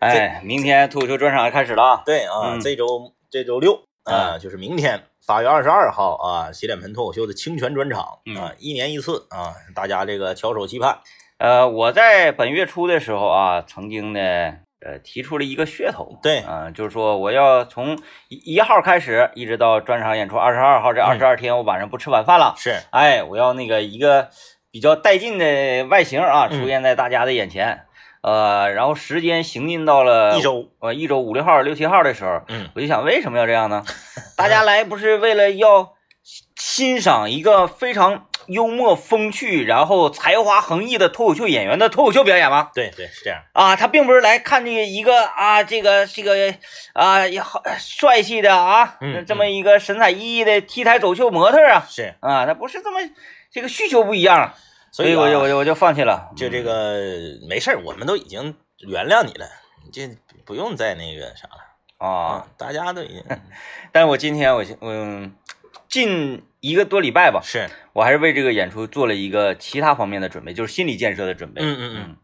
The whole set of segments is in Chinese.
哎，明天脱口秀专场开始了啊！对啊，嗯这周这周六啊、就是明天八月二十二号啊，洗脸盆脱口秀的清泉专场嗯啊，一年一次啊，大家这个翘首期盼。呃，我在本月初的时候啊，曾经呢，呃，提出了一个噱头，对啊、就是说我要从一一号开始，一直到专场演出二十二号嗯这二十二天，我晚上不吃晚饭了。是，哎，我要那个一个比较带劲的外形啊，嗯出现在大家的眼前。呃，然后时间行进到了一周，呃一周五六号、六七号的时候，嗯，我就想为什么要这样呢？大 家来不是为了要欣赏一个非常幽默风趣，然后才华横溢的脱口秀演员的脱口秀表演吗？对对是这样，啊，他并不是来看这个一个啊，这个这个啊，也好帅气的啊嗯，这么一个神采奕奕的 T 台走秀模特啊，是，啊，他不是这么这个需求不一样，所以以、啊、我就我就我就放弃了。就这个没事儿，我们都已经原谅你了，你这不用再那个啥了啊，，大家都已 经但是我今天我先我嗯近一个多礼拜吧，是，我还是为这个演出做了一个其他方面的准备，就是心理建设的准备。嗯嗯嗯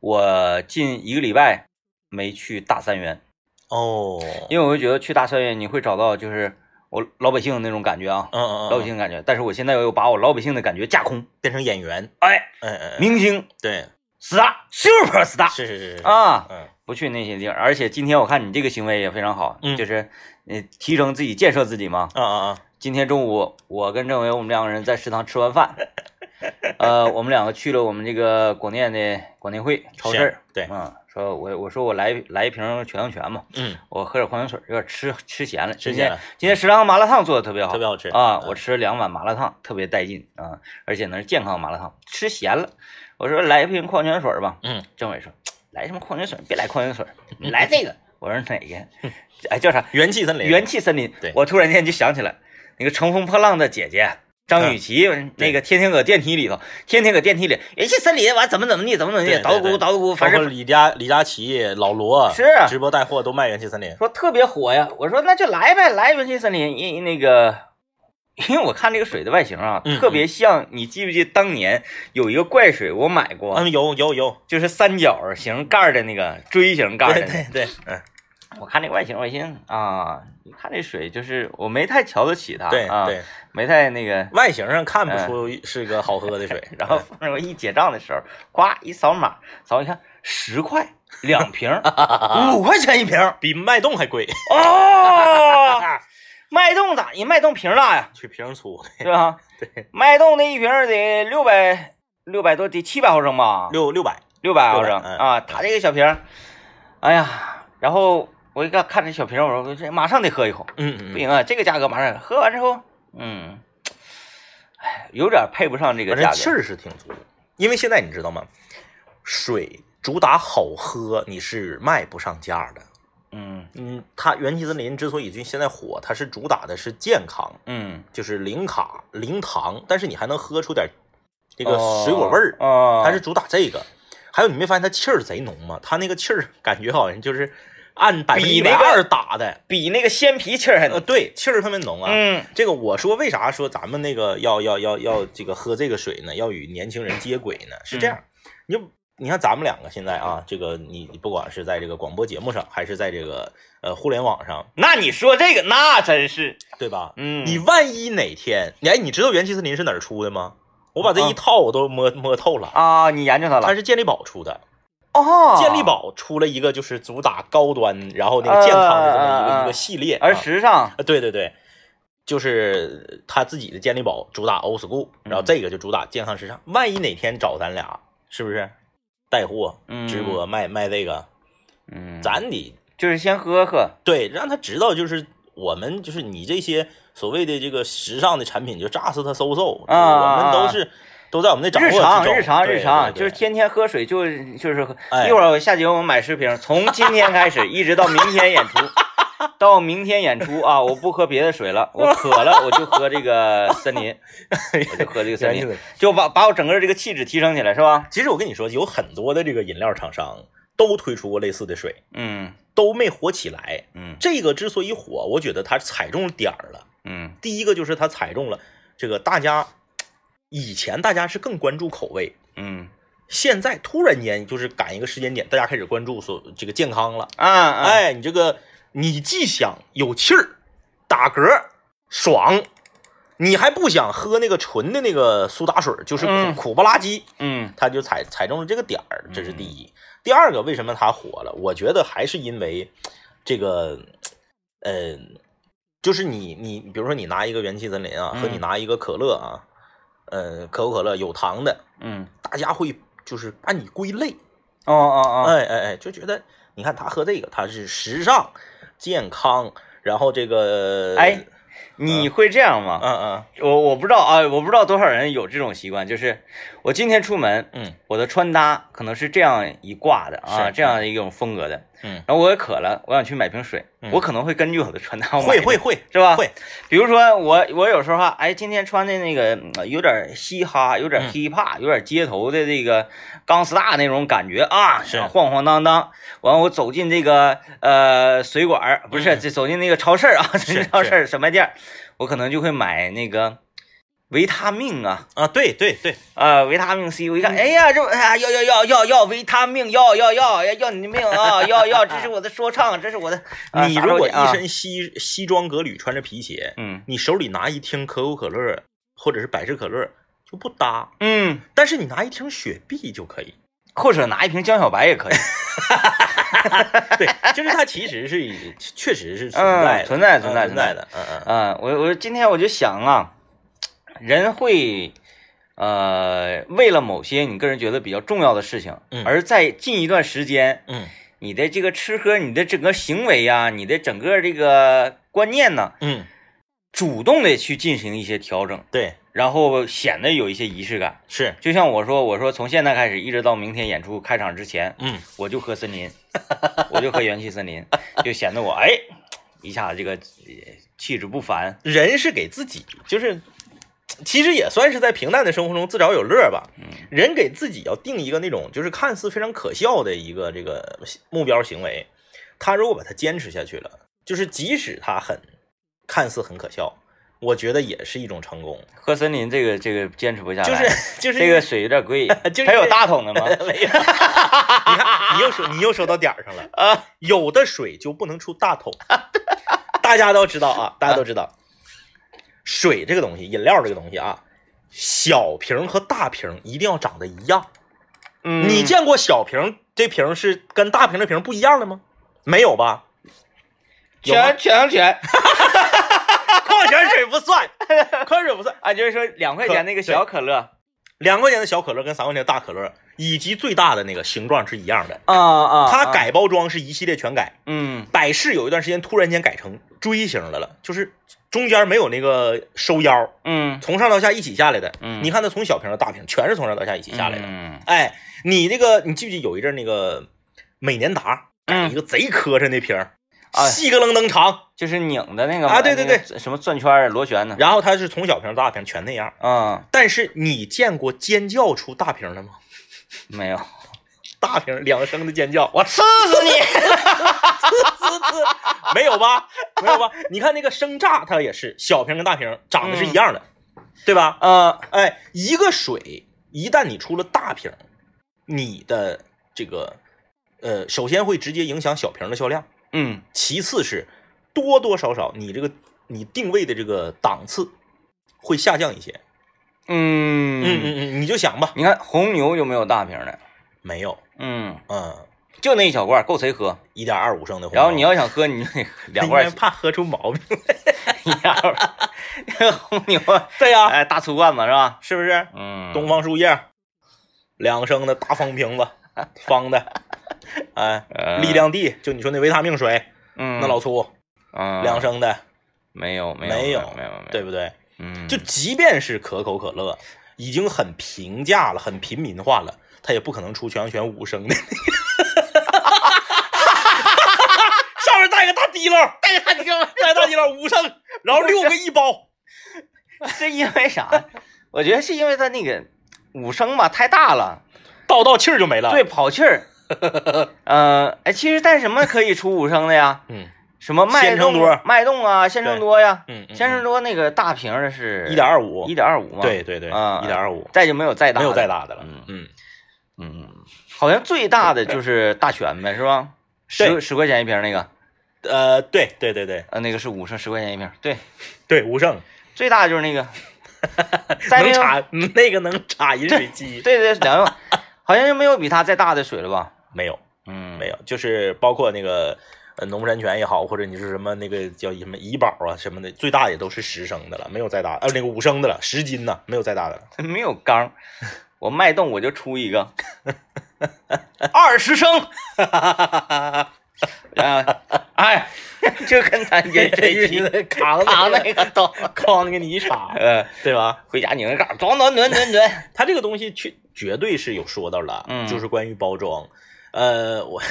我近一个礼拜没去大三元，哦，因为我就觉得去大三元你会找到就是我老百姓那种感觉啊，嗯嗯老百嗯，姓感觉。但是我现在又把我老百姓的感觉架空，变成演员，哎，嗯嗯，嗯明星对， star super star 是是是是，啊，嗯，不去那些地方。而且今天我看你这个行为也非常好，嗯就是呃提升自己、建设自己嘛。啊啊啊，今天中午，我跟政委我们两个人在食堂吃完饭，呃，我们两个去了我们这个广电的广电汇超市是儿，对嗯，说我我说我来来一瓶泉阳泉嘛，嗯，我喝点矿泉水，有点吃吃咸了。吃今咸天了今天食堂麻辣烫做的特别好，特别好吃啊！嗯我吃了两碗麻辣烫，特别带劲啊，而且呢是健康麻辣烫，吃咸了。我说来一瓶矿泉水吧，嗯，政委说来什么矿泉水，别来矿泉水，你来这个。我说哪个？ 哎，叫啥？元气森林，元气森林。对我突然间就想起来，那个乘风破浪的姐姐嗯张雨绮，那个天天搁电梯里头，天天搁电梯里，元气森林完怎么怎么地，怎么怎么地，对对捣鼓对捣鼓，包反括正李佳、李佳琦、老罗是直播带货都卖元气森林。说特别火呀。我说那就来呗，来元气森林，因那个。因为我看这个水的外形啊，嗯特别像你记不记得当年有一个怪水我买过，嗯，有有有，就是三角形盖儿的那个锥形盖儿的对那个对。对，嗯，我看这个外形，我一寻啊，一看这水就是我没太瞧得起它，对啊，哎对，没太那个外形上看不出是个好喝的 ，水然后放着我一结账的时候，咵一扫码，扫一看十块两瓶儿，五块钱一瓶儿比脉动还贵，哦。脉动咋？人脉动瓶儿大呀， 去瓶粗的，对 吧？对，脉动那一瓶儿得六百六百多，得七百毫升吧？六六百，六百毫升600嗯啊！他这个小瓶儿，哎呀，然后我一看看这小瓶儿，我说这马上得喝一口，嗯不嗯，行啊，这个价格马上喝完之后，嗯，哎，有点配不上这个反价正格。气儿是挺足的。因为现在你知道吗？水主打好喝，你是卖不上价的。嗯嗯，它元气森林之所以就现在火，它是主打的是健康，嗯，就是零卡零糖，但是你还能喝出点这个水果味儿。哦，它是主打这个。还有你没发现它气儿贼浓吗？它那个气儿 感觉好像就是按百分之比一那百个二打的，比那个鲜啤气儿还呃，浓。对，气儿特别浓啊。嗯这个我说为啥说咱们那个要要要要这个喝这个水呢？要与年轻人接轨呢？是这样，嗯你就你看咱们两个现在啊，这个你你不管是在这个广播节目上，还是在这个呃互联网上，那你说这个，那真是，对吧？嗯，你万一哪天，你哎，你知道元气森林是哪儿出的吗？我把这一嗯套我都摸摸透了，啊，你研究它它了，是健力宝出的。哦，健力，宝出了一个就是主打高端，然后那个健康的这么一个、啊啊啊一个系列啊，而时尚，啊，对对对，就是他自己的健力宝主打 old school，然后嗯这个就主打健康时尚。万一哪天找咱俩，是不是带货嗯直播卖卖这个，嗯，咱得就是先喝喝，对让他知道，就是我们就是你这些所谓的这个时尚的产品，就炸死他收售，就是我啊们都是。都在我们的掌握日之常中日常对日常，对就是对天天喝水，就就是喝。哎一会儿我下节目我买十瓶，从今天开 始一直到明天演出，到明天演出啊，我不喝别的水 了，我渴了我就喝这个森林，我就喝这个森原林来是，就把把我整个这个气质提升起来，是吧？其实我跟你说，有很多的这个饮料厂商都推出过类似的水，嗯都没火起来。嗯这个之所以火，我觉得它踩中点儿了。嗯第一个就是它踩中了这个大家，以前大家是更关注口味，嗯现在突然间就是赶一个时间点，大家开始关注所这个健康了。啊啊，哎，你这个你既想有气儿、打嗝、爽，你还不想喝那个纯的那个苏打水儿，就是苦、嗯苦不拉几，嗯他就踩踩中了这个点儿，这是第一。第二个，为什么他火了？我觉得还是因为这个，呃，就是你你比如说你拿一个元气森林啊，和你嗯拿一个可乐啊，呃，可口可乐有糖的，嗯，大家会就是把你归类，哦哦哦，哎哎哎，就觉得你看他喝这个，他是时尚、健康，然后这个哎，你会这样吗？嗯嗯呃我我不知道啊，我不知道多少人有这种习惯，就是我今天出门，嗯我的穿搭可能是这样一挂的啊，是这样一种风格的。嗯，然后我也渴了，我想去买瓶水，嗯我可能会根据我的穿搭，我买会一会瓶会是吧？会。比如说我我有时候啊，哎，今天穿的那个嗯有点嘻哈，有点嗯 hiphop，、有点街头的这个钢丝大那种感觉啊，是晃晃荡荡。完，我走进这个呃水馆儿，不是，嗯这走进那个超市儿啊，是超市儿小卖店儿，我可能就会买那个维他命啊，啊，对对对，啊，维他命 C，我一看，哎呀，这哎呀，要要要要要维他命，要要要要要你的命啊，要要，这是我的说唱，这是我的。啊你啥如时候果啊一身西西装革履，穿着皮鞋，嗯你手里拿一听可口可乐或者是百事可乐就不搭，嗯，但是你拿一听雪碧就可以。或者拿一瓶江小白也可以，对，就是它其实是以 确实是存嗯在的、存在嗯存在存存在在的，嗯嗯啊，我我今天我就想啊，人会呃为了某些你个人觉得比较重要的事情，嗯而在近一段时间，嗯你的这个吃喝，你的整个行为呀、你的整个这个观念呢，嗯，主动的去进行一些调整，对，然后显得有一些仪式感。是，就像我说，我说从现在开始一直到明天演出开场之前，嗯我就喝森林， 我就喝元气森林，就显得我哎一下子这个呃气质不凡。人是给自己，就是其实也算是在平淡的生活中自找有乐吧。嗯人给自己要定一个那种就是看似非常可笑的一个这个目标行为，他如果把它坚持下去了，就是即使他很看似很可笑，我觉得也是一种成功。喝森林这个这个坚持不下来，就是就是这个水有点贵， 就是它有大桶的吗？ 没有，你看你又说你又说到点儿上了啊！有的水就不能出大 桶，大家都知道啊，大家都知道，水这个东西，饮料这个东西啊，小瓶和大瓶一定要长得一样。嗯你见过小瓶这瓶是跟大瓶的瓶不一样的吗？没有 吧？有吗全全全矿泉水不算，矿泉水不算。啊，就是说两块钱那个小可乐两块钱的小可乐跟三块钱的大可乐，以及最大的那个形状是一样的。啊啊，它啊改包装是一系列全改，嗯百事有一段时间突然间改成锥形的了，就是中间没有那个收腰，嗯从上到下一起下来的。嗯你看它从小瓶到大瓶，全是从上到下一起下来的。嗯哎，你那个你记不记有一阵儿那个美年达改一个贼磕碜那瓶儿，嗯哎细个楞登长，就是拧的那个啊对对对，那个什么转圈儿螺旋的然后它是从小瓶到大瓶全那样。啊，但是你见过尖叫出大瓶的吗？没有，大瓶两声的尖叫，我吃死你！ 没有吧？没有吧？你看那个生榨，它也是小瓶跟大瓶长得是一样的，嗯对吧？啊哎，一个水一旦你出了大瓶儿，你的这个呃，首先会直接影响小瓶儿的销量，嗯其次是多多少少你这个你定位的这个档次会下降一些。嗯嗯嗯嗯，你就想吧，你看红牛有没有大瓶的？没有，嗯，嗯，就那一小罐，够谁喝？一点二五升的红牛，然后你要想喝，你 就得喝两罐因为怕喝出毛病。一样儿，那个 红牛啊，对呀、哎，大粗罐子是吧？是不是？嗯，东方树叶，两升的大 方瓶子，方的，哎，呃力，量地，就你说那维他命水，嗯，那老粗，嗯两升的。没有没有没有没有没有，对，不对？嗯，就即便是可口可乐，已经很平价了，很平民化了，它也不可能出全全 五升的，上面带个大滴漏，带个大滴 漏，带个大滴漏五升，然后六个一包，是因为啥？我觉得是因为它那个五升吧太大了，倒倒气儿就没了。对，，跑气儿。 呃，哎，其实但什么可以出五升的呀？嗯什么脉鲜橙动多脉动啊，鲜橙多呀，嗯，鲜橙多那个大瓶儿的是一点二五一，点二五嘛，对对对，啊一点二五，再就没有再大，没有再，大的了。嗯嗯，嗯嗯，好像最大的就是大全呗，是吧？十对十块钱一瓶那个，呃，对对对对呃，那个是五升十块钱一瓶，对，对，无胜最大的就是 那个，再能没有插 那个能插饮水机，对对两用，好像就没有比它再大的水了吧？ 没有嗯，没有，就是包括那个呃农夫山泉也好，或者你是什么那个叫什么怡宝啊什么的，最大也都是十升的了，没有再大呃那个五升的了，十斤呐、没有再大的了。嗯没有缸，我脉动我就出一个，二十升，啊，哎，就跟咱饮水机 扛拿那个刀，哐给你一插，呃，对吧？回家拧个盖，装暖暖暖暖，它这个东西确绝对是有说道了，嗯就是关于包装，呃，我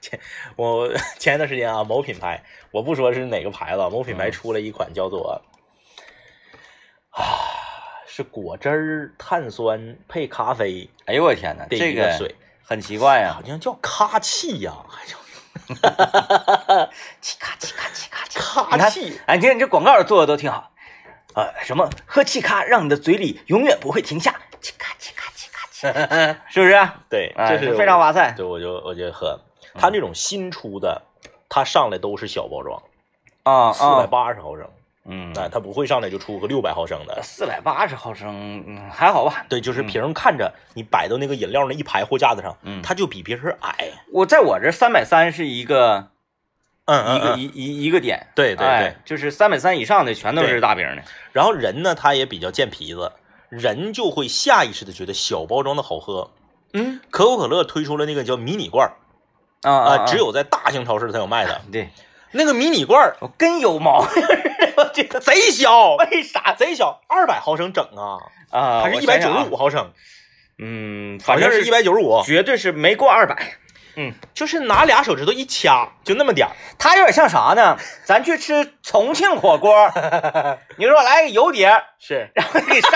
前我前一段时间啊，某品牌我不说是哪个牌子啊，某品嗯牌出了一款叫做、啊是果汁儿碳酸配咖啡哎呦我天哪，的这一个啊水，很奇怪呀、好像叫咖气呀、还叫气咔气咔气咔气你咖看气，哎，你看你这广告做的都挺好，呃，什么喝气咖让你的嘴里永远不会停下，气咔气咔气咔气咔， 是不是、啊？对，哎这是非常我哇塞，嗯对，我就我就喝，它这种新出的，它上来都是小包装，啊四百啊，八十毫升。嗯，哎，它不会上来就出个六百毫升的。四百八十毫升，嗯，还好吧。对，就是瓶儿看着你摆到那个饮料那一排货架子上，嗯它就比别人矮。我在我这三百三是一个嗯一个一。一一一个点，对对哎对，就是三百三以上的全都是对大瓶的，然后人呢，他也比较贱皮子，人就会下意识的觉得小包装的好喝。嗯可口可乐推出了那个叫迷你罐儿啊啊、啊，只有在大型超市才有卖的。对 那个迷你罐儿我跟有 毛病似哎的，我觉得贼 小，为啥贼小，二百毫升整啊，啊？还我是想一百想九啊十五，毫升，嗯，好反像正是一百九十五，绝对是没过二百。就是拿俩手指头一掐，就那么点儿。它有点像啥呢？ 咱去吃重庆火 锅，你说来个油碟，是，然后给上，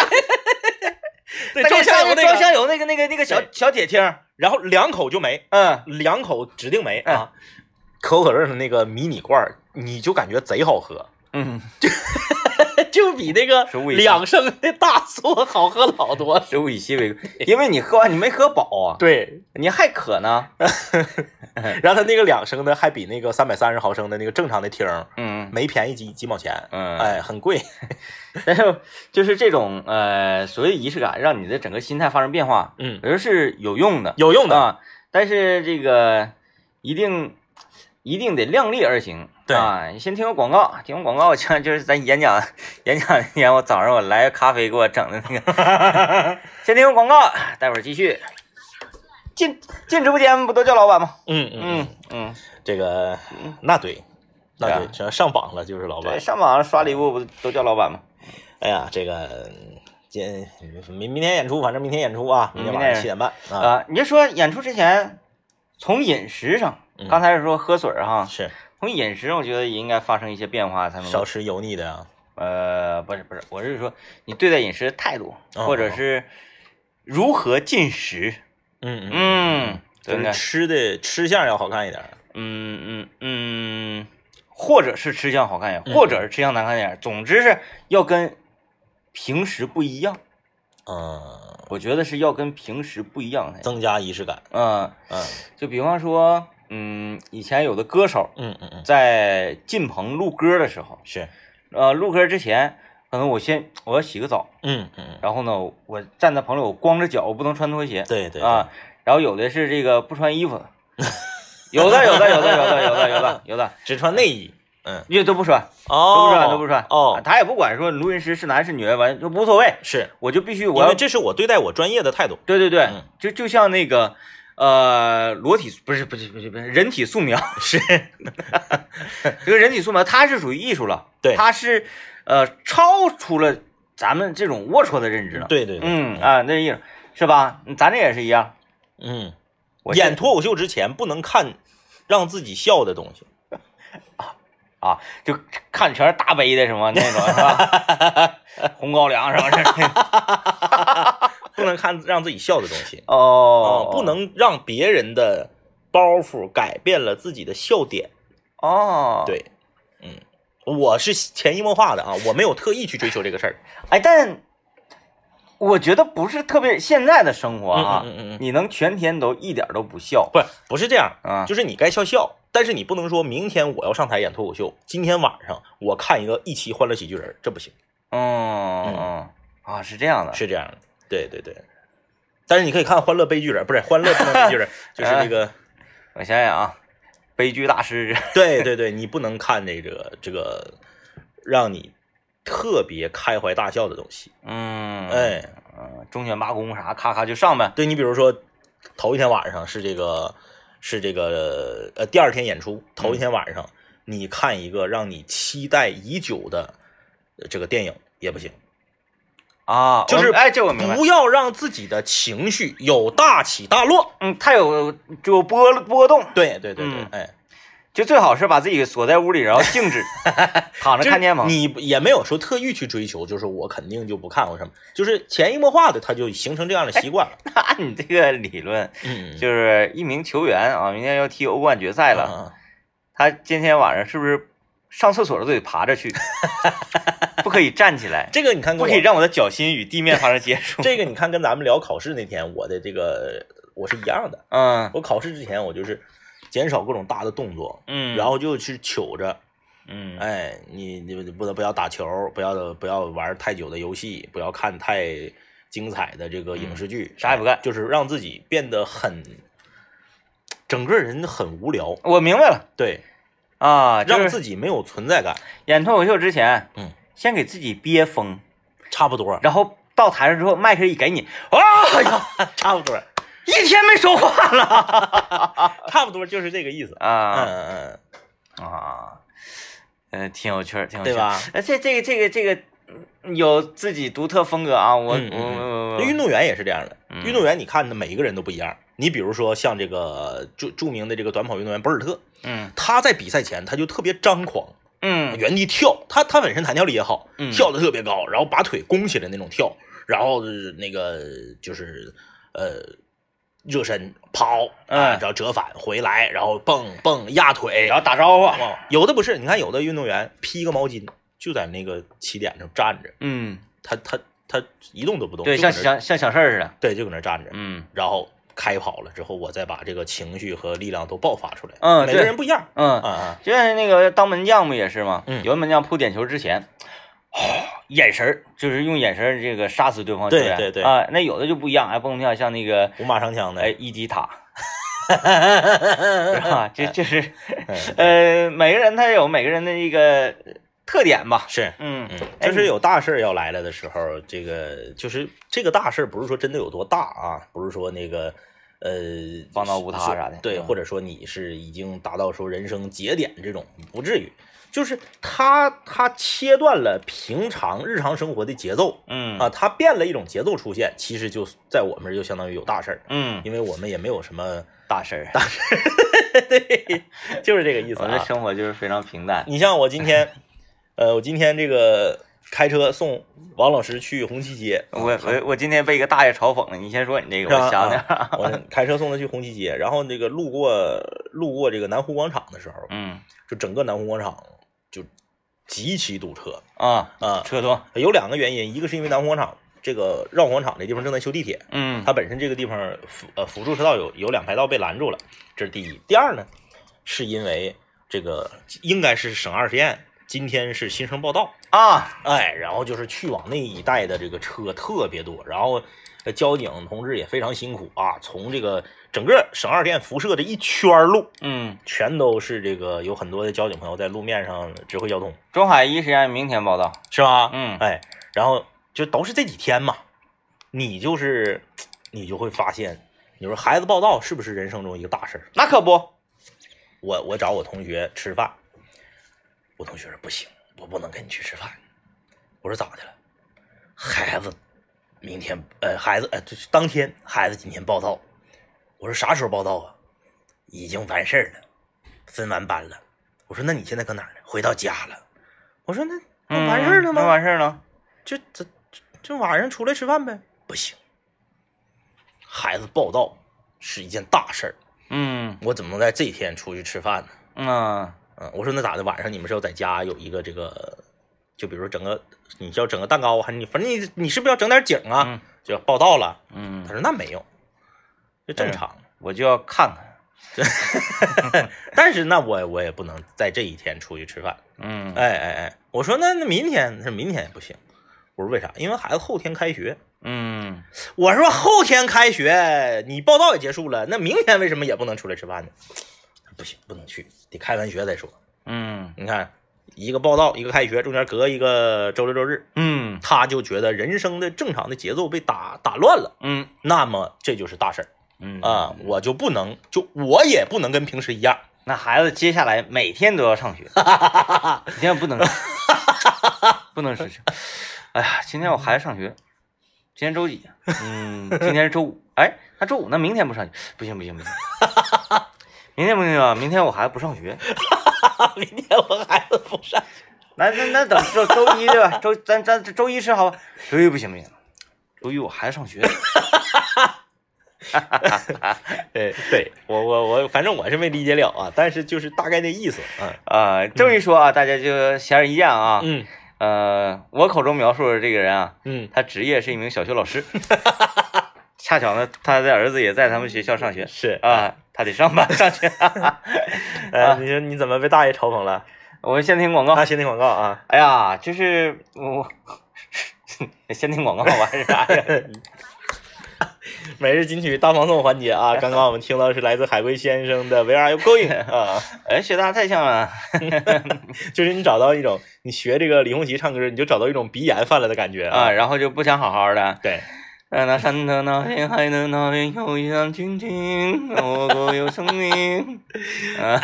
对，再照给相上有个那 个装，香油那个那个那个小对小铁听，然后两口就没，嗯，两口指定没啊。可口可乐的那个迷你罐儿，你就感觉贼好喝，嗯， 就比那个是味精两升的大苏好喝老多了。这物以稀为贵，因为你喝完你没喝饱啊，对，你还渴呢。然后它那个两升的还比那个三百三十毫升的那个正常的听儿嗯，没便宜几几毛钱，嗯哎，很贵。 但是就是这种呃所谓仪式感，让你的整个心态发生变化，嗯我觉得是有用的，有用的啊。但是这个一定一定得量力而行，对啊。先听个广告，听完广告，像就是咱演讲演讲那天，我早上我来咖啡给我整的那个， 先听个广告，待会儿继续。进进直播间不都叫老板吗？嗯嗯，嗯嗯，这个那对，那对啊对，只要上榜了就是老板对，。上网上刷礼物不都叫老板吗？哎呀，这个今明明天演出，反正明天演出啊，明天明天晚演上七点半啊，啊，你就说演出之前，从饮食上，嗯刚才是说喝水儿哈，是从饮食上我觉得也应该发生一些变化才能少吃油腻的啊。呃，不是不是，我是说你对待饮食的态度，哦或者是如何进食，嗯嗯，嗯，对就不是对？吃的吃相要好看一点儿。嗯嗯嗯，或者是吃相好看点嗯儿，或者是吃相难看点儿，总之是要跟平时不一样，嗯，我觉得是要跟平时不一样才行，增加仪式感。嗯，嗯就比方说，嗯，以前有的歌手。嗯嗯嗯，在进棚录歌的时候，是。呃，录歌之前，可能我先我要洗个澡，嗯嗯嗯，然后呢，我站在棚里，我光着脚，我不能穿拖鞋，对对啊，然后有的是这个不穿衣服的，有的有的有的有的有的有的有的，对只穿内衣。嗯，因为都不穿，都哦不穿都不穿，啊哦，他也不管说录音师是男是女，完就无所谓，是我就必须因我要为，这是我对待我专业的态度。对对对嗯，就就像那个。呃，裸体不是不是不是不是人体素描，是，这个人体素描，它是属于艺术了，对它是呃超出了咱们这种龌龊的认知了。，对对对，嗯啊，那意思是吧？咱这也是一样。嗯，我演脱口秀之前不能看让自己笑的东西。 啊，就看全是大杯的什么那种是吧？ 红高粱什么的。不能看让自己笑的东西哦啊，，不能让别人的包袱改变了自己的笑点。哦。，对，嗯，我是潜移默化的啊，我没有特意去追求这个事儿。哎，但我觉得不是特别现在的生活啊，嗯嗯嗯嗯你能全天都一点都不笑不是不是这样，啊？就是你该笑笑，但是你不能说明天我要上台演脱口秀，今天晚上我看一个一期《欢乐喜剧人》，这不行，嗯嗯啊，是这样的，是这样的。对对对，但是你可以看《欢乐悲剧人》，不是《欢乐不能悲剧人》，就是那个，我想想啊，悲剧大师，对对对，你不能看这个这个让你特别开怀大笑的东西。嗯，哎，嗯，忠犬八公啥，咔咔就上呗，对你比如说，头一天晚上是这个是这个呃第二天演出，头一天晚上你看一个让你期待已久的呃这个电影也不行。啊，就是我哎，这我明白，不要让自己的情绪有大起大落。嗯，太有就有波波动，对对对对嗯，哎，就最好是把自己锁在屋里，然后静 止，躺着就是看电影。你也没有说特意去追求，就是我肯定就不看过什么，就是潜移默化的，他就形成这样的习惯了。那按你这个理论，嗯，嗯就是一名球员啊，明天要踢欧冠决赛了，嗯他今天晚上是不是上厕所都得爬着 去，不可以站起来，这个你看不跟可以 我让我的脚心与地面发生接触。这个你看跟咱们聊考试那天我的这个我是一样的， 嗯我考试之前我就是减少各种大的动作。嗯，然后就去求着，嗯哎，你你你不得不要打球，不要不要玩太久的游戏，不要看太精彩的这个影视剧，啥也不干，就是让自己变得很，整个人很无聊，我明白了对，啊，就让是自己没有存在感，演脱口秀之前，嗯，先给自己憋疯，差不多，然后到台上之后，麦克一给你，啊，哎呀 差不多，一天没说话了差不多就是这个意思。嗯啊嗯啊，嗯，挺有趣儿，挺嗯，有趣对儿？吧？哎，这这个这个这个嗯有自己独特风格啊，我嗯嗯嗯我我运动员也是这样的，嗯运动员你看的每一个人都不一样。你比如说像这个著著名的这个短跑运动员博尔特，嗯他在比赛前他就特别张狂，嗯原地跳，他他本身弹跳力也好嗯，跳的特别高，然后把腿弓起来那种跳，然后呃那个就是呃热身跑，啊嗯然后折返回来，然后蹦蹦压腿，然后打招呼，后有的不是，你看有的运动员披个毛巾就在那个起点上站着，嗯，他他他一动都不动，对，就搁像那儿像像小事儿似的，对就搁那儿站着，嗯然后开跑了之后，我再把这个情绪和力量都爆发出来，嗯每个对人不一样，嗯，啊就像那个当门将不也是吗？嗯有的门将扑点球之前。哦眼神儿就是用眼神儿这个杀死对方球对员，对对啊，那有的就不一样，哎，蹦跳像那个啊，五马上枪的，哎一级塔，是是吧？这这是嗯呃，每个人他有每个人的一个特点吧，是，嗯嗯，哎就是有大事儿要来了的时候，这个就是这个大事儿不是说真的有多大啊，不是说那个呃帮到无他是啥的对，嗯或者说你是已经达到说人生节点这种，不至于，就是他他切断了平常日常生活的节奏嗯啊，他变了一种节奏出现，其实就在我们这儿就相当于有大事儿，嗯，因为我们也没有什么， 大事儿，对，就是这个意思我的啊。生活就是非常平淡。 你像我今天，呃，我今天这个开车送王老师去红旗街，我我我今天被一个大爷嘲讽了，你先说你这个，是吧我想想。啊我开车送他去红旗街，然后那个路过路过这个南湖广场的时候，嗯就整个南湖广场就极其堵车 啊，啊、车多，有两个原因，一个是因为南湖广场这个绕广场这地方正在修地铁，嗯它本身这个地方辅呃辅助车道有有两排道被拦住了，这是第一。第二呢，是因为这个应该是省二实验今天是新生报道，啊，哎，然后就是去往那一带的这个车特别多，然后呃交警同志也非常辛苦啊，从这个整个省二店辐射的一圈儿路，嗯，全都是这个有很多的交警朋友在路面上指挥交通，中海一实验明天报道。是吧？嗯哎，然后就都是这几天嘛，你就是你就会发现，你说孩子报道是不是人生中一个大事儿？那可不，我我找我同学吃饭，我同学说不行，我不能跟你去吃饭。我说咋的了？孩子，明天呃，孩子呃，就是当天孩子今天报道。我说啥时候报道啊？已经完事儿了，分完班了。我说那你现在搁哪儿呢？回到家了。我说那那嗯完事儿了吗？那完事儿了。就这就晚上出来吃饭呗？不行，孩子报道是一件大事儿，嗯我怎么能在这一天出去吃饭呢？嗯嗯，我说那咋的？晚上你们是要在家有一个这个，就比如说整个，你是要整个蛋糕啊还是你，反正你你是不是要整点景啊？嗯就报道了。嗯哎他，说那没有，就正常。我就要看看。但是那我我也不能在这一天出去吃饭。嗯，哎哎哎，我说那那明天，他说明天也不行。我说为啥？因为孩子后天开学。嗯，我说后天开学，你报道也结束了，那明天为什么也不能出来吃饭呢？不行，不能去，得开完学再说。嗯，你看，一个报道，一个开学，中间隔一个周六周日，嗯，他就觉得人生的正常的节奏被打打乱了，嗯，那么这就是大事儿嗯，啊！我就不能，就我也不能跟平时一样， 那孩子接下来每天都要上学，今天不能，不能失去。哎呀，今天我孩子上学，今天周几？嗯，今天是周五。哎，那周五那明天不上学？不行不行不行，明天不行啊！明天我孩子不上学，明天我孩子不上。那那那等周周一对吧？周咱咱周一吃好吧？周一不行不行，周一我孩子上学。对，哎对我我我，反正我是没理解了啊，但是就是大概那意思，嗯啊，这么一说啊，大家就显而易见啊。嗯呃，我口中描述的这个人啊，嗯，他职业是一名小学老师， 恰巧呢，他的儿子也在他们学校上学是，啊，他得上班上学。 呃，你说你怎么被大爷嘲讽了？我们先听广告啊，，先听广告 啊，哎呀，就是我 先听广告吧， 还是啥呀？每日金曲大放送环节啊，刚刚我们听到是来自海龟先生的《Where Are You Going》啊。哎，学他太像了，就是你找到一种，你学这个李红旗唱歌，你就找到一种鼻炎犯了的感觉啊，。然后就不想好好的。对，在那山的那边，海的那边，有一张蜻蜓，我国有生命。啊。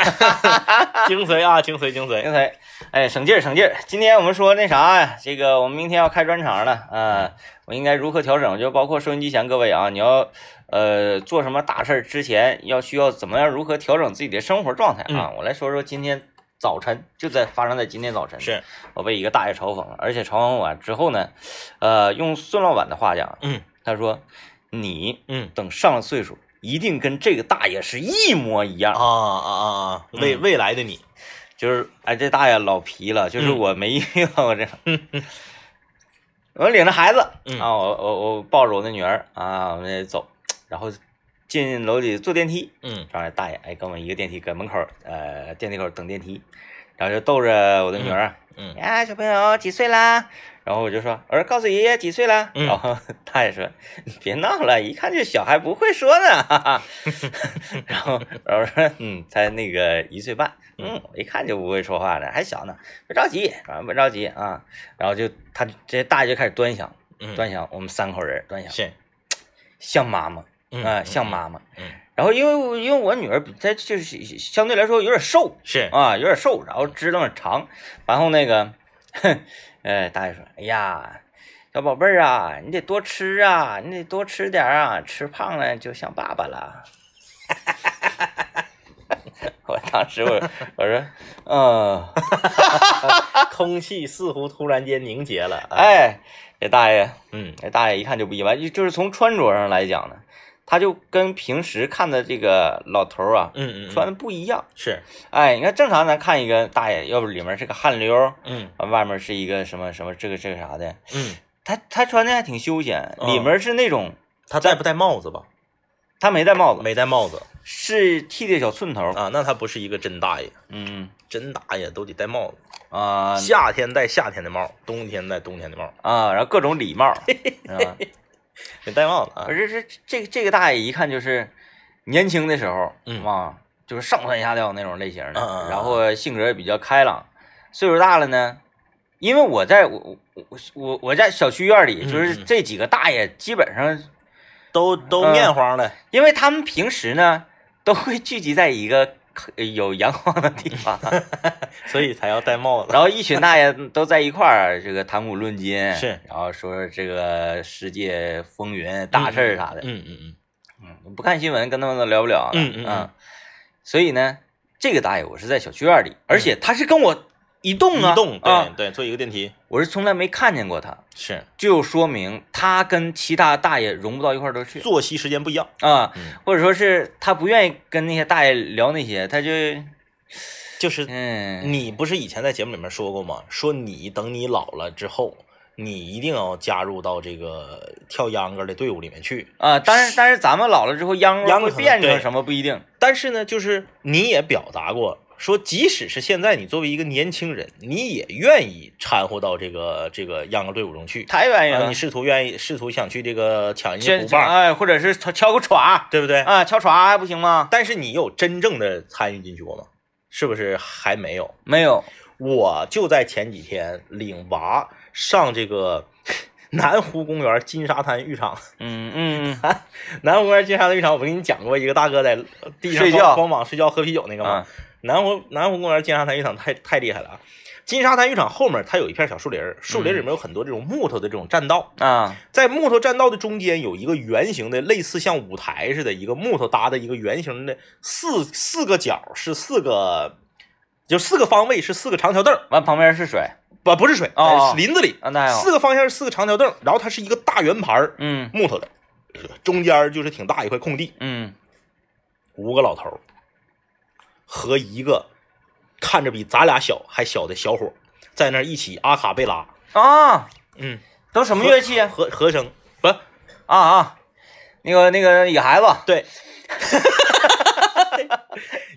精髓啊，精髓，精髓。刚才，哎，省劲儿，省劲儿。今天我们说那啥呀，这个我们明天要开专场了，啊、我应该如何调整？就包括收音机前各位啊，你要呃做什么大事儿之前，要需要怎么样如何调整自己的生活状态啊？我来说说今天早晨就在发生在今天早晨，是，我被一个大爷嘲讽了，而且嘲讽我之后呢，呃，用孙老板的话讲，嗯他说你嗯等上了岁数，一定跟这个大爷是一模一样啊。啊啊啊！未嗯未来的你，就是哎，这大爷老皮了，就是嗯我没遇到过这 样。我领着孩子嗯啊，我我我抱着我的女儿啊，我们也走，然后进楼里坐电梯，嗯正好大爷哎跟我们一个电梯，搁门口呃电梯口等电梯，然后就逗着我的女儿，啊哎嗯嗯呀小朋友几岁啦？然后我就说，我说告诉爷爷几岁啦？嗯然后大爷说，你别闹了，一看这小孩不会 说呢，哈哈。然后然后说，嗯，才那个一岁半，嗯，我一看就不会说话了，还小呢，别着急，啊，别着急啊。然后就他这大爷就开始端详，嗯，端详我们三口人端详，是，像妈妈嗯啊，像，妈妈。嗯嗯然后因为我因为我女儿比她就是相对来说有点瘦，是，啊，有点瘦，然后肢那么长，然后那个，哼，呃，大爷说，哎呀，小宝贝儿啊，你得多吃啊，你得多吃点儿啊，吃胖了就像爸爸了。 我当时我我说，嗯，空气似乎突然间凝结了。啊哎，这大爷，嗯这大爷一看就不一般，就就是从穿着上来讲呢，他就跟平时看的这个老头儿啊，嗯嗯，穿的不一样。是，哎，你看正常咱看一个大爷，要不里面是个汗溜儿，嗯完外面是一个什么什么这个这个啥的，嗯，他他穿的还挺休闲，嗯里面是那种他戴不戴帽子吧？他没戴帽子，没戴帽子是剃的小寸头儿，啊，那他不是一个真大爷，嗯真大爷都得戴帽子，啊夏天戴夏天的帽，冬天戴冬天的帽，啊，然后各种礼 帽，是吧？得戴帽子啊可。是这这这个大爷一看就是年轻的时候，嗯啊，就是上蹿下跳那种类型的，嗯嗯嗯然后性格也比较开朗，岁数大了呢。因为我在我我我我我在小区院里，嗯就是嗯这几个大爷基本上都都嗯面黄了，因为他们平时呢都会聚集在一个呃有阳光的地方， 所以才要戴帽子。然后一群大爷都在一块儿，这个谈古论今，是，然后说说这个世界风云大事儿啥的，嗯嗯嗯，嗯不看新闻跟他们都聊不了啊，嗯嗯嗯所以呢，这个大爷我是在小区院里，而且他是跟我一栋啊，移动，啊嗯对，对，坐一个电梯我是从来没看见过他，是就说明他跟其他大爷融不到一块儿都去作息时间不一样，啊嗯，或者说是他不愿意跟那些大爷聊那些，他就就是嗯。 你不是以前在节目里面说过吗？说你等你老了之后，你一定要加入到这个跳秧歌的队伍里面去。啊，但是但是咱们老了之后，秧歌秧会歌变成对什么不一定。但是呢，就是你也表达过说，即使是现在你作为一个年轻人，你也愿意掺和到这个这个秧歌队伍中去。太愿意然后了啊你，试图愿意试图想去这个抢人家这竹这棒，哎，或者是敲敲个镲对不对？啊，敲镲还不行吗？但是你有真正的参与进去过吗？是不是还没有？没有，我就在前几天领娃上这个南湖公园金沙滩浴场，嗯嗯 嗯南湖公园金沙滩浴场，我不跟你讲过一个大哥在地上睡觉光膀睡觉喝啤酒那个吗？啊南湖南湖公园金沙滩浴场太太厉害了啊！金沙滩浴场后面它有一片小树林儿，树嗯林里面有很多这种木头的这种栈道，啊在木头栈道的中间有一个圆形的，类似像舞台似的，一个木头搭的一个圆形的四四个角是四个，就四个方位是四个长条凳儿，完旁边是水不不是水，哦呃是林子里，啊，那还有，四个方向是四个长条凳儿，然后它是一个大圆盘儿，嗯木头的，中间儿就是挺大一块空地，嗯，五个老头儿和一个看着比咱俩小还小的小伙儿在那儿一起阿卡贝拉，啊，嗯，都什么乐器啊和和声不啊？那个那个野孩子，对，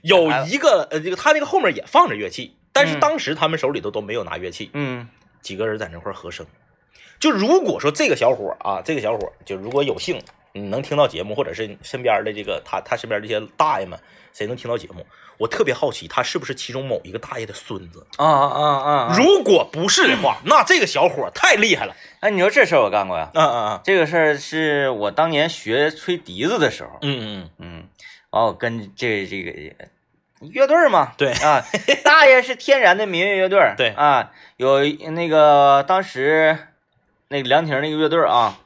有一个呃，这个他那个后面也放着乐器，但是嗯当时他们手里头都没有拿乐器，嗯几个人在那块儿和声。就如果说这个小伙儿啊，这个小伙儿就如果有幸你能听到节目，或者是你身边的这个他他身边这些大爷们，谁能听到节目，我特别好奇他是不是其中某一个大爷的孙子。啊啊啊啊！如果不是的话，那这个小伙儿太厉害了。哎，你说这事儿我干过呀？啊啊啊！这个事儿是我当年学吹笛子的时候，嗯嗯嗯，嗯，完我跟这这个乐队儿嘛，对啊，大爷是天然的民乐乐队儿， 对啊，有一那个当时那个凉亭那个乐队儿啊，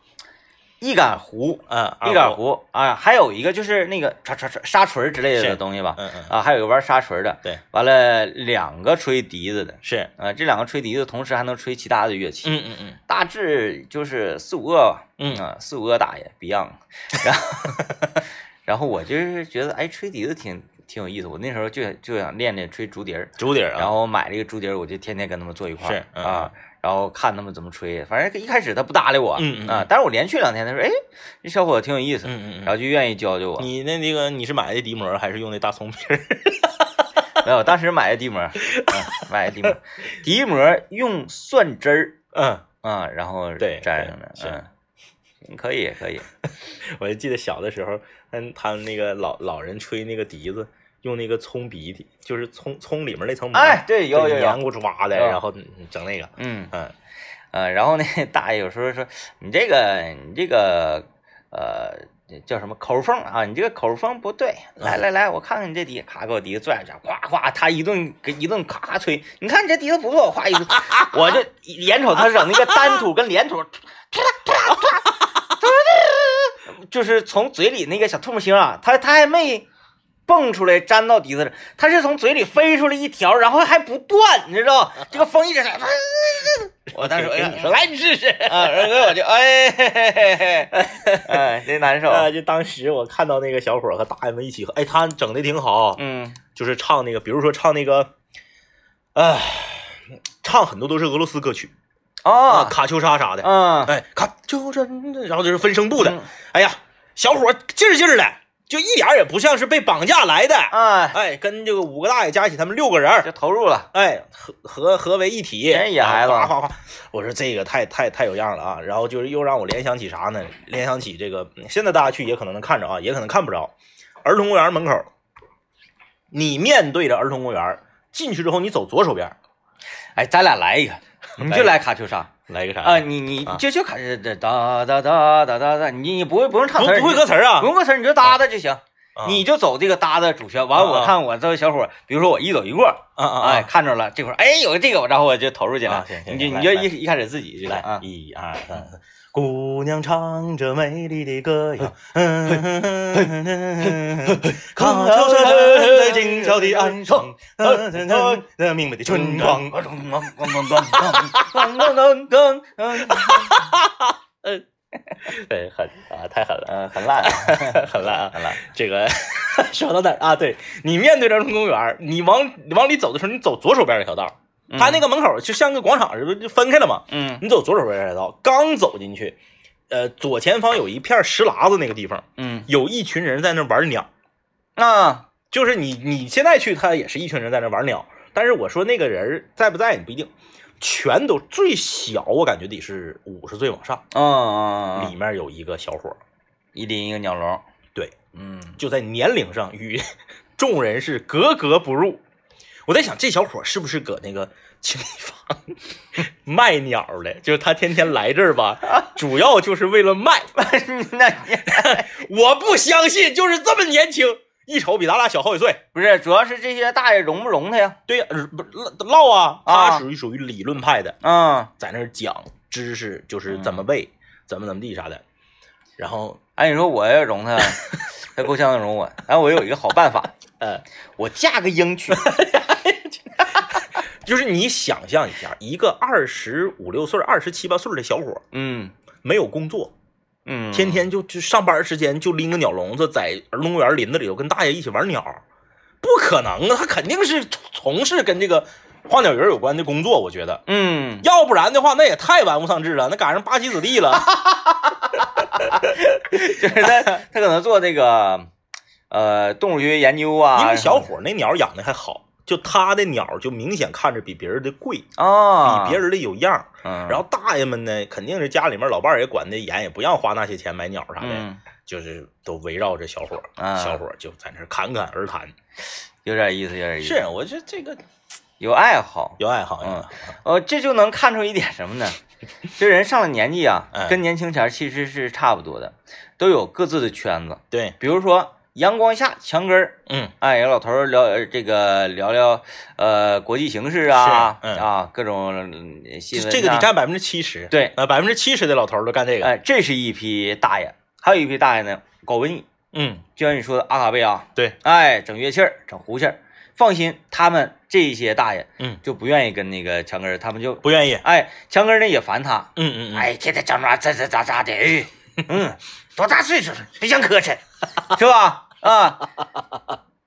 一杆胡，啊，一杆胡啊，还有一个就是那个刷刷刷沙锤儿之类的是东西吧，嗯嗯，啊，还有一个玩沙锤儿的，对，完了两个吹笛子的，是，啊，这两个吹笛子同时还能吹其他的乐器，嗯嗯嗯大致就是四五个吧，嗯啊，四五个大爷 Beyond，然后 然后我就是觉得哎，吹笛子挺挺有意思，我那时候就想就想练练吹竹笛儿，竹笛儿啊，然后我买了一个竹笛儿，我就天天跟他们坐一块儿是嗯啊，然后看他们怎么吹，反正一开始他不搭理我，嗯嗯啊，但是我连续两天，他说哎，这小伙子挺有意思，嗯嗯嗯然。后就愿意教教我，你那那个你是买的笛膜儿还是用的大葱皮儿？没有，当时买的笛 膜，啊、买的笛膜，笛膜用蒜汁儿。嗯，啊，然后对粘对上的，是嗯，嗯可以可以，我就记得小的时候，嗯，他们那个老老人吹那个笛子，用那个葱鼻涕，就是葱葱里面那层膜， 哎，，对，有有黏有，糊抓的，有然后嗯整那个，嗯嗯呃，然后呢，大爷有时候说你这个你这个呃叫什么口风啊，你这个口风不对，来嗯来来，我看看你这笛，咔给我笛子拽下去，咵咵，他一顿给一顿咔咔吹，你看你这笛子不错，我夸一顿，我就眼瞅他整那个单土跟连土，突突突突突，就是从嘴里那个小唾沫星啊，他他还没。蹦出来粘到笛子上，它是从嘴里飞出来一条，然后还不断，你知道？这个风一直在，我当时哎呀你说来你试试。啊，然后我就哎嘿嘿嘿嘿， 哎，真难受。啊，就当时我看到那个小伙儿和大爷们一起喝，哎，他整的挺好，嗯就是唱那个，比如说唱那个，哎，唱很多都是俄罗斯歌曲啊，卡秋莎啥的，嗯，哎，卡秋莎，然后就是分声部的，嗯哎呀，小伙儿劲儿劲儿的，就一点儿也不像是被绑架来的， 哎，哎，跟这个五个大爷加一起，他们六个人儿，就投入了。哎，合合合为一体，真野哎孩子哗哗哗！我说这个太太太有样了啊！然后就是又让我联想起啥呢？联想起这个，嗯现在大家去也可能能看着啊，也可能看不着。儿童公园门口，你面对着儿童公园进去之后，你走左手边哎，咱俩来一个，你就来卡秋莎来个啥啊，你你啊就就卡这哒哒哒哒哒哒，你你不会不用唱不词儿，不会你就歌词儿啊不？用歌词儿，你就搭搭就行。啊你就走这个搭的主旋，完啊我看我这位小伙儿，比如说我一走一过，啊啊！哎，看着了这块儿，哎，有这个，然后我就投入进来啊行。行你就行你就来来一一开始自己就来，啊，一二三。姑娘唱着美丽的歌谣，康桥车站在静悄的岸上，明媚的春光。 哎，很啊， 太狠了，呃，很烂，很烂啊！很烂。这个说到哪儿啊？对你面对着儿童公园，你往往里走的时候，你走左手边那条道，他那个门口就像个广场似的，就分开了嘛。嗯你走左手边这条道，刚走进去，呃，左前方有一片石喇子那个地方，嗯，有一群人在那玩鸟。那就是你你现在去，他也是一群人在那玩鸟。但是我说那个人在不在，你不一定。全都最小，我感觉得是五十岁往上。嗯嗯里面有一个小伙儿，一拎一个鸟笼，对，嗯 就在年龄上与 众人是格格不入。我在想，这小伙儿是不是搁那个清理房 卖鸟儿的？就是他天天来这儿吧，主要就是为了卖。那你我不相信，就是这么年轻，一瞅比咱俩小好几岁。不是主要是这些大爷容不容他呀？对呀、呃不唠唠啊，啊他属于属于理论派的，嗯，在那儿讲知识，就是怎么背，怎么怎么地啥的。然后，哎，你说我要容 他，他够呛能容我。然后我有一个好办法，呃，我嫁个英 去。就是你想象一下，一个二十五六岁、二十七八岁的小伙儿，嗯没有工作，嗯，天天就就上班时间就拎个鸟笼子，在儿童公园林子里头跟大爷一起玩鸟，不可能啊！他肯定是从从事跟这个花鸟鱼儿有关的工作，我觉得，嗯，要不然的话那也太玩物丧志了，那赶上八旗子弟了。 就是 他他可能做那个呃动物学研究啊，因为小伙儿那鸟养的还好，就他的鸟就明显看着比别人的贵，啊，比别人的有样儿。嗯，然后大爷们呢，肯定是家里面老伴儿也管得严，也不让花那些钱买鸟啥的，嗯，就是都围绕着小伙儿，啊小伙儿就在那儿侃侃而谈。有点意思，有点意思，是，我这这个有爱好。有爱好，有爱嗯好，呃，这就能看出一点什么呢？这人上了年纪啊哎，跟年轻前儿其实是差不多的，都有各自的圈子。对，比如说阳光下墙根儿，嗯哎，有老头儿聊呃这个聊聊呃国际形势啊，是嗯啊各种嗯新闻、这啊。这个得占百分之七十，对呃，百分之七十的老头儿都干这个，哎，这是一批大爷，还有一批大爷呢，搞文艺，嗯，就像你说的阿卡贝啊，对，哎，整乐器儿，整胡琴儿。放心，他们这些大爷，嗯，就不愿意跟那个墙根儿，他们就，不愿意，哎，墙根儿呢也烦他，嗯嗯嗯，哎，天天整啥这这咋咋的， 哎，嗯，多大岁数了，别想磕碜，是吧？啊，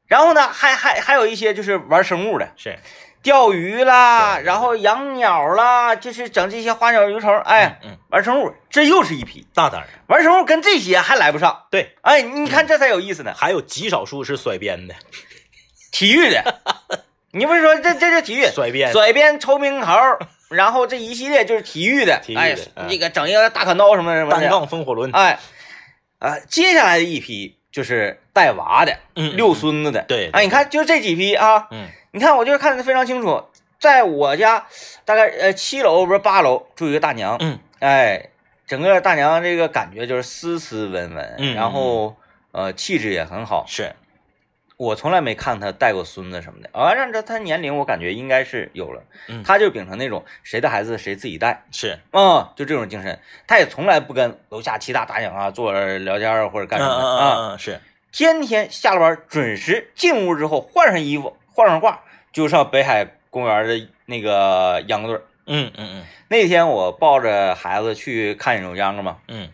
然后呢，还还还有一些就是玩生物的，是，钓鱼啦，对然后养鸟啦，就是整这些花鸟鱼虫，哎，嗯，玩生物，这又是一批那当然，玩生物跟这些还来不上，对，哎，你嗯看这才有意思呢，还有极少数是甩鞭的，体育 的，你不是说这这是体育，甩鞭，左边抽冰头，然后这一系列就是体育的，体育的哎嗯，这个整一个大砍刀什么什么单的，杠风火轮， 哎，啊，接下来的一批就是带娃的，嗯遛孙子的，对哎，你看就这几批啊，嗯你看我就是看得非常清楚，在我家大概呃七楼不是八楼住一个大娘，嗯哎，整个大娘这个感觉就是斯斯文文，嗯然后呃气质也很好，是，我从来没看他带过孙子什么的，啊，按照他年龄，我感觉应该是有了。嗯他就秉承那种谁的孩子谁自己带，是，啊、就这种精神。他也从来不跟楼下七大打娘啊坐着聊天啊或者干嗯什么的嗯啊、嗯嗯，是，天天下了班准时进屋之后换上衣服换上褂就上北海公园的那个秧歌队儿。嗯嗯那天我抱着孩子去看演出秧歌嘛，嗯嗯，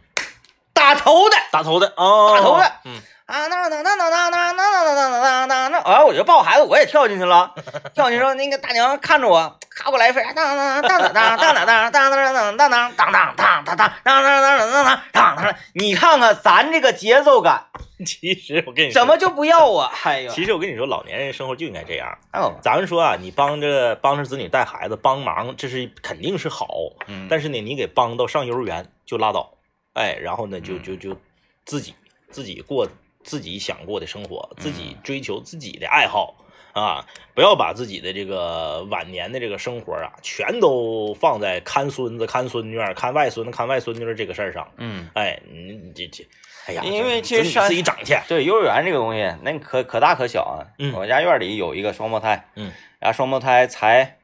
打头的打头的哦，打头的，嗯啊，那那那那那那那那那那那那，啊，我就抱孩子，我也跳进去了，跳进去说那个大娘看着我，咔我来一份，当当当当当当当当当当当当当当当当当当当当当当当当，你看看咱这个节奏感， 其实我跟你说怎么就不要我？哎呦，其实我跟你说，老年人生活就应该这样。哎呦，咱们说啊，你帮着帮着子女带孩子帮忙，这是肯定是好，嗯，但是呢，你给帮到上幼儿园就拉倒，哎，然后呢，就嗯就就自己自己过自己想过的生活，自己嗯追求自己的爱好啊，不要把自己的这个晚年的这个生活啊，全都放在看孙子、看孙女儿、看外孙子、看外孙女儿这个事儿上。嗯，哎，你你这这，哎呀，因为其这实你自己整去，对，幼儿园这个东西，那可可大可小啊。嗯我家院里有一个双胞胎，嗯，然后双胞胎才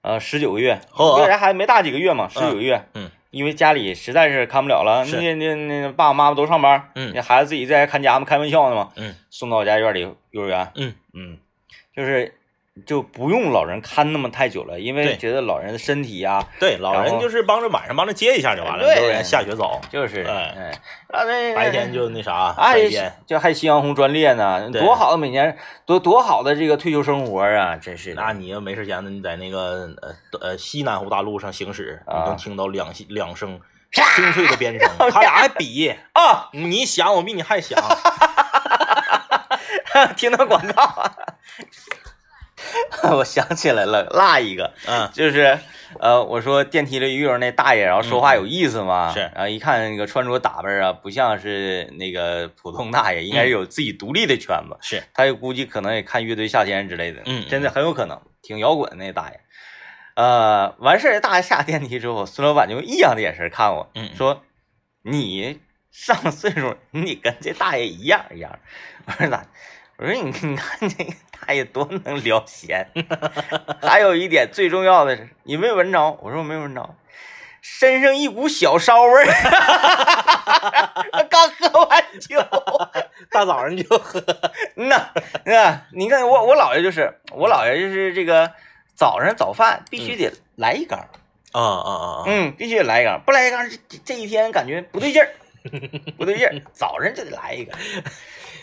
呃十九个月，哦人还没大几个月嘛，十九个月，嗯，因为家里实在是看不了了，是那那那爸爸妈妈都上班，嗯那孩子自己在家看家嘛，开玩笑呢嘛，嗯送到我家院里幼儿园，嗯嗯，就是就不用老人看那么太久了，因为对觉得老人的身体啊呀、对，老然后人就是帮着晚上帮着接一下就完了，对幼儿园下雪早，就是，哎哎，啊对白天就那啥，哎白天，就还夕阳红专列呢，对多好的每年多多好的这个退休生活啊，真是的那你要没事闲的，你在那个呃呃西南湖大路上行驶，你啊能听到两两声清脆的 鞭声，他俩还比，啊！你响我比 你还响， 听到广告， 我想起来了，落一个，嗯，就是呃，我说电梯里遇着那大爷，然后说话有意思嘛，嗯是然后一看那个穿着打扮啊，不像是那个普通大爷，应嗯该是有自己独立的圈子，是他也估计可能也看乐队夏天之类的，嗯真的很有可能，挺摇滚那大爷。呃，完事儿，大爷下电梯之后，孙老板就用异样的眼神看我，嗯说：“你上岁数，你跟这大爷一样一样。” 我说咋？我说你你看这个大爷多能聊闲。 还有一点最重要的是，你没闻着？我说我没闻着，身上一股小骚味儿。 刚喝完酒。大早上就喝， 嗯呐，嗯呐，你看我我姥爷就是我姥爷就是这个早上早饭必嗯须得来一缸，啊啊啊啊，嗯，必须得来一缸，不来一缸这这这一天感觉不对 劲儿，不对劲儿，早上就得来一个，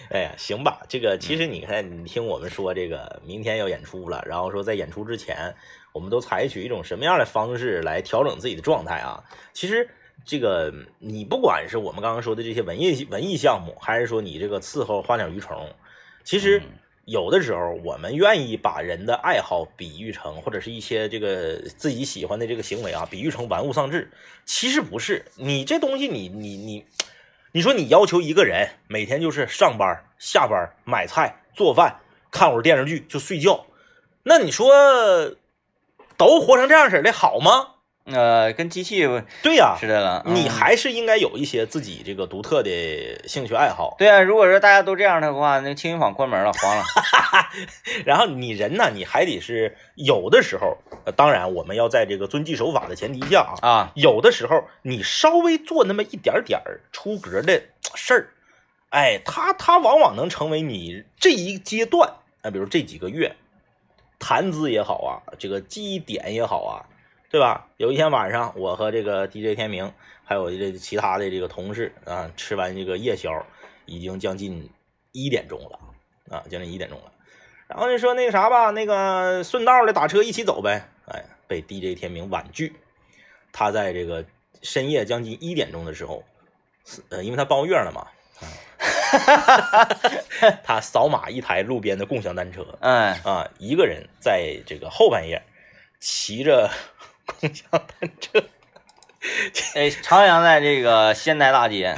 哎呀，行吧，这个其实你看，你听我们说这个明天要演出了，然后说在演出之前，我们都采取一种什么样的方式来调整自己的状态啊？其实这个你不管是我们刚刚说的这些文艺文艺项目，还是说你这个伺候花鸟鱼虫，其实嗯有的时候我们愿意把人的爱好比喻成或者是一些这个自己喜欢的这个行为啊，比喻成玩物丧志，其实不是，你这东西你你你，你说你要求一个人每天就是上班、下班、买菜、做饭、看会儿电视剧就睡觉，那你说都活成这样式儿的好吗？呃，跟机器对呀、似的了。嗯你还是应该有一些自己这个独特的兴趣爱好。对啊，如果说大家都这样的话，那清音坊关门了，黄了。然后你人呢，你还得是有的时候，呃当然我们要在这个遵纪守法的前提下啊，啊，有的时候你稍微做那么一点点儿出格的事儿，哎，它它往往能成为你这一阶段啊，比如这几个月，谈资也好啊，这个记忆点也好啊，对吧？有一天晚上，我和这个 DJ 天明，还有这其他的这个同事啊，吃完这个夜宵，已经将近一点钟了啊，将近一点钟了。然后就说那个啥吧，那个顺道的打车一起走呗。哎，被 DJ 天明婉拒。他在这个深夜将近一点钟的时候，呃，因为他包月了嘛，啊 他扫码一台路边的共享单车嗯，啊，一个人在这个后半夜骑着共享单车，哎，朝阳在这个仙台大 街，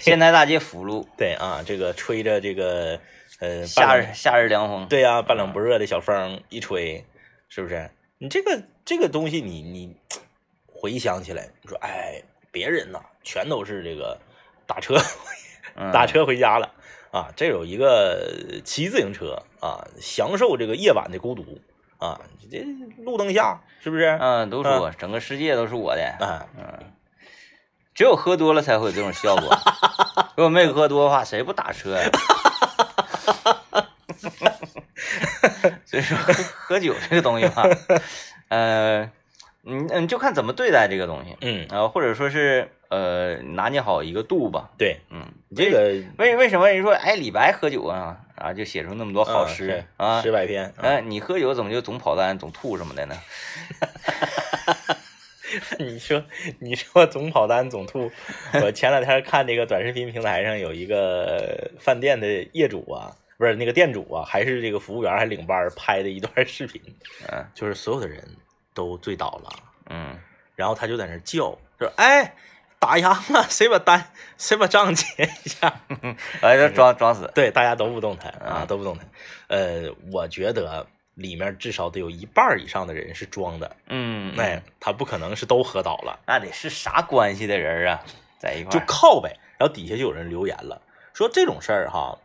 仙台大街辅路，对啊，这个吹着这个呃夏半冷日夏日凉风。对呀、啊半冷不热的小风一吹，是不是？你这个这个东西你，你回想起来，你说哎，别人呐，全都是这个打车嗯， 打车回家了啊，这有一个骑自行车啊，享受这个夜晚的孤独啊，这路灯下是不是？嗯，都是我，整个世界都是我的。啊，嗯，只有喝多了才会有这种 效果。如果没喝多的话，谁不打车呀、 所以说，喝酒这个东西吧，呃，你你就看怎么对待这个东西，嗯，呃，或者说是呃，拿捏好一个度吧。对，嗯，你这个为为什么人说哎李白喝酒啊啊就写出那么多好啊诗是啊？诗百 篇，啊哎、你喝酒怎么就总跑单、总吐什么的呢？你说你说总跑单总 吐，我前两天看那个短视频平台上有一个饭店的业主啊，不是那个店主啊，还是这个服务员还领班儿拍的一段视频，嗯就是所有的人都醉倒了，嗯，然后他就在那儿叫，说哎打烊了，谁把单谁把账结一下？ 哎，这装装死。对，大家都不动弹啊啊，都不动弹。呃，我觉得里面至少得有一半儿以上的人是装的，嗯，哎，他不可能是都喝倒了。那得是啥关系的人啊，在一块就儿靠呗。然后底下就有人留言了，说这种事儿哈，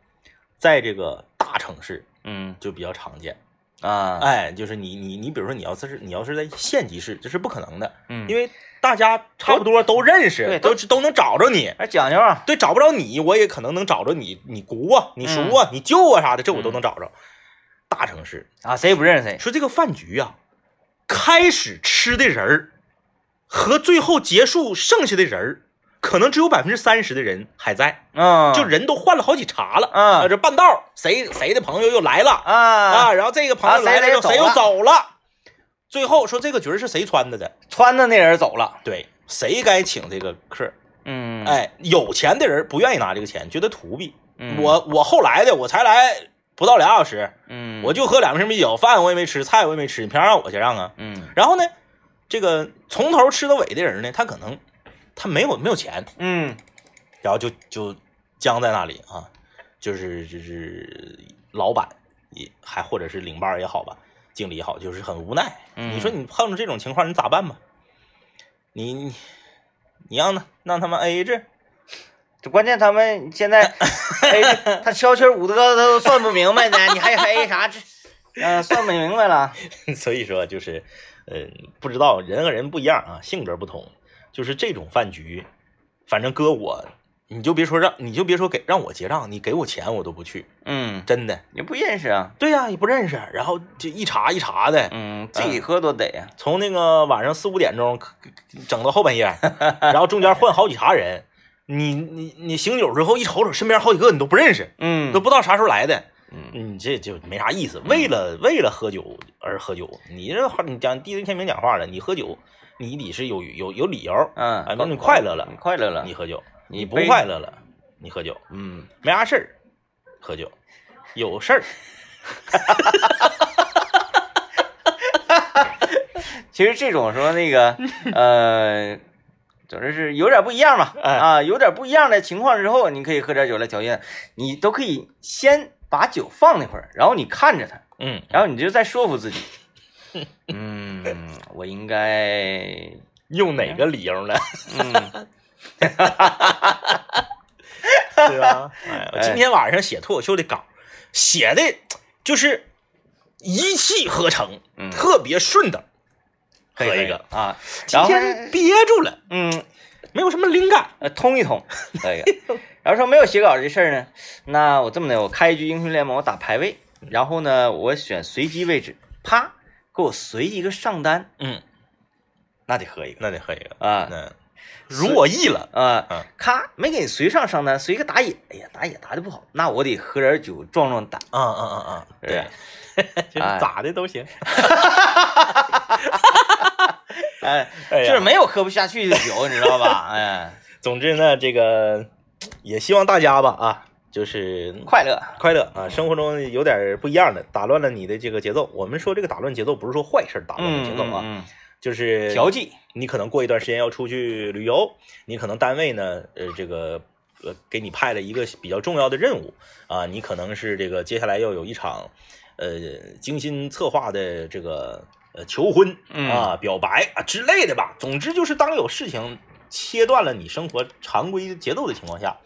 在这个大城市嗯就比较常见。啊，哎，就是你你你，比如说你要是你要是在县级市，这是不可能的，嗯，因为大家差不多都认识，对都都能找着你。哎讲究啊，对，找嗯不着你，我也可能能找着你，你姑啊，你叔啊，你舅啊啥的，这我都能找着。大城市，啊，谁也不认识谁。说这个饭局啊，开始吃的人儿和最后结束剩下的人儿，可能只有百分之三十的人还在，嗯，就人都换了好几茬了。嗯啊这半道儿谁谁的朋友又来了啊，啊，然后这个朋友啊来谁谁了之后，谁走又了走了，最后说这个局儿是谁穿的的？穿的那人走了。对，谁该请这个客儿？嗯，，哎，有钱的人不愿意拿这个钱，觉得土逼。嗯我我后来的，我才来不到俩小时，嗯，我就喝两瓶啤酒，饭我也没吃，菜我也没吃，你凭啥让我先让啊？嗯然后呢，这个从头吃到尾的人呢，他可能他没有没有钱，嗯然后就就僵在那里啊，就是就是老板也还或者是领班儿也好吧，经理也好，就是很无奈。嗯你说你碰着这种情况，你咋办吧？你你你让他让他们 AA 制，这关键他们现 在 A 他敲圈五德他都算不明白呢，你还 A 啥这？嗯、算不明白了。 所以说就是，嗯、不知道人和人不一样啊，性格不同，就是这种饭局，反正搁我，你就别说让，你就别说给让我结账，你给我钱我都不去，嗯，真的。也不认识啊。对呀、也不认识，然后就一茬一茬的，嗯，自己喝多得呀、从那个晚上四五点钟整到后半夜，然后中间换好几茬人，你你你醒酒之后一瞅瞅，身边好几个你都不认识，嗯都不知道啥时候来的，嗯你这就没啥意思。为了为了喝酒而喝酒，你这话你讲地雷天明讲话了，你喝酒你得是有有有理由，嗯，哎，那你快乐了你快乐了你。喝酒，你嗯你不悲快乐了，你喝酒，嗯，没啥事儿喝酒，有事儿其实这种说那 个呃，总之是有点不一样嘛，哎啊，有点不一样的情况之后，你可以喝点酒来调节，你都可以先把酒放那会儿，然后你看着它，嗯。然后你就再说服自 己，嗯，我应该，用哪个理由呢？嗯，对吧？ 哎，我今哎天晚上写脱口秀的稿，写的就是一气呵成，嗯特别顺当。可喝以一个啊，今然后天呢，憋住了，嗯，没有什么灵感。呃，通一通，可以。 然后说没有写稿这事儿呢，那我这么的，我开一局英雄联盟，我打排位，然后呢，我选随机位置，啪，给我随一个上单，嗯，那得喝一个那得喝一个。啊嗯，如我意了。啊、嗯咔，没给你随上上单，随一个打野，哎呀，打野打的不好，那我得喝点酒壮壮胆，嗯嗯嗯嗯，对，就是啊哎咋的都行。 哎， 哎呀就是没有喝不下去的酒，你知道 吧？哎，总之呢，这个也希望大家吧啊，就是快乐，快乐啊，生活中有点不一样的，打乱了你的这个节奏。我们说这个打乱节奏，不是说坏事儿打乱了节奏啊，嗯，就是调剂，你可能过一段时间要出去旅游，你可能单位呢，呃，这个呃给你派了一个比较重要的任务啊，你可能是这个接下来要有一场呃精心策划的这个呃求婚嗯啊、表白啊之类的吧。总之就是当有事情切断了你生活常规节奏的情况下，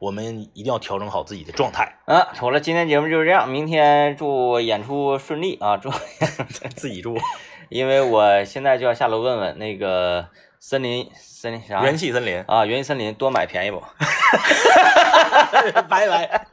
我们一定要调整好自己的状态，啊，好了，今天节目就是这样，明天祝演出顺利啊，祝。 自己住因为我现在就要下楼问问那个森林森林啥，元气森林啊，元气森林多买便宜不？ 拜拜。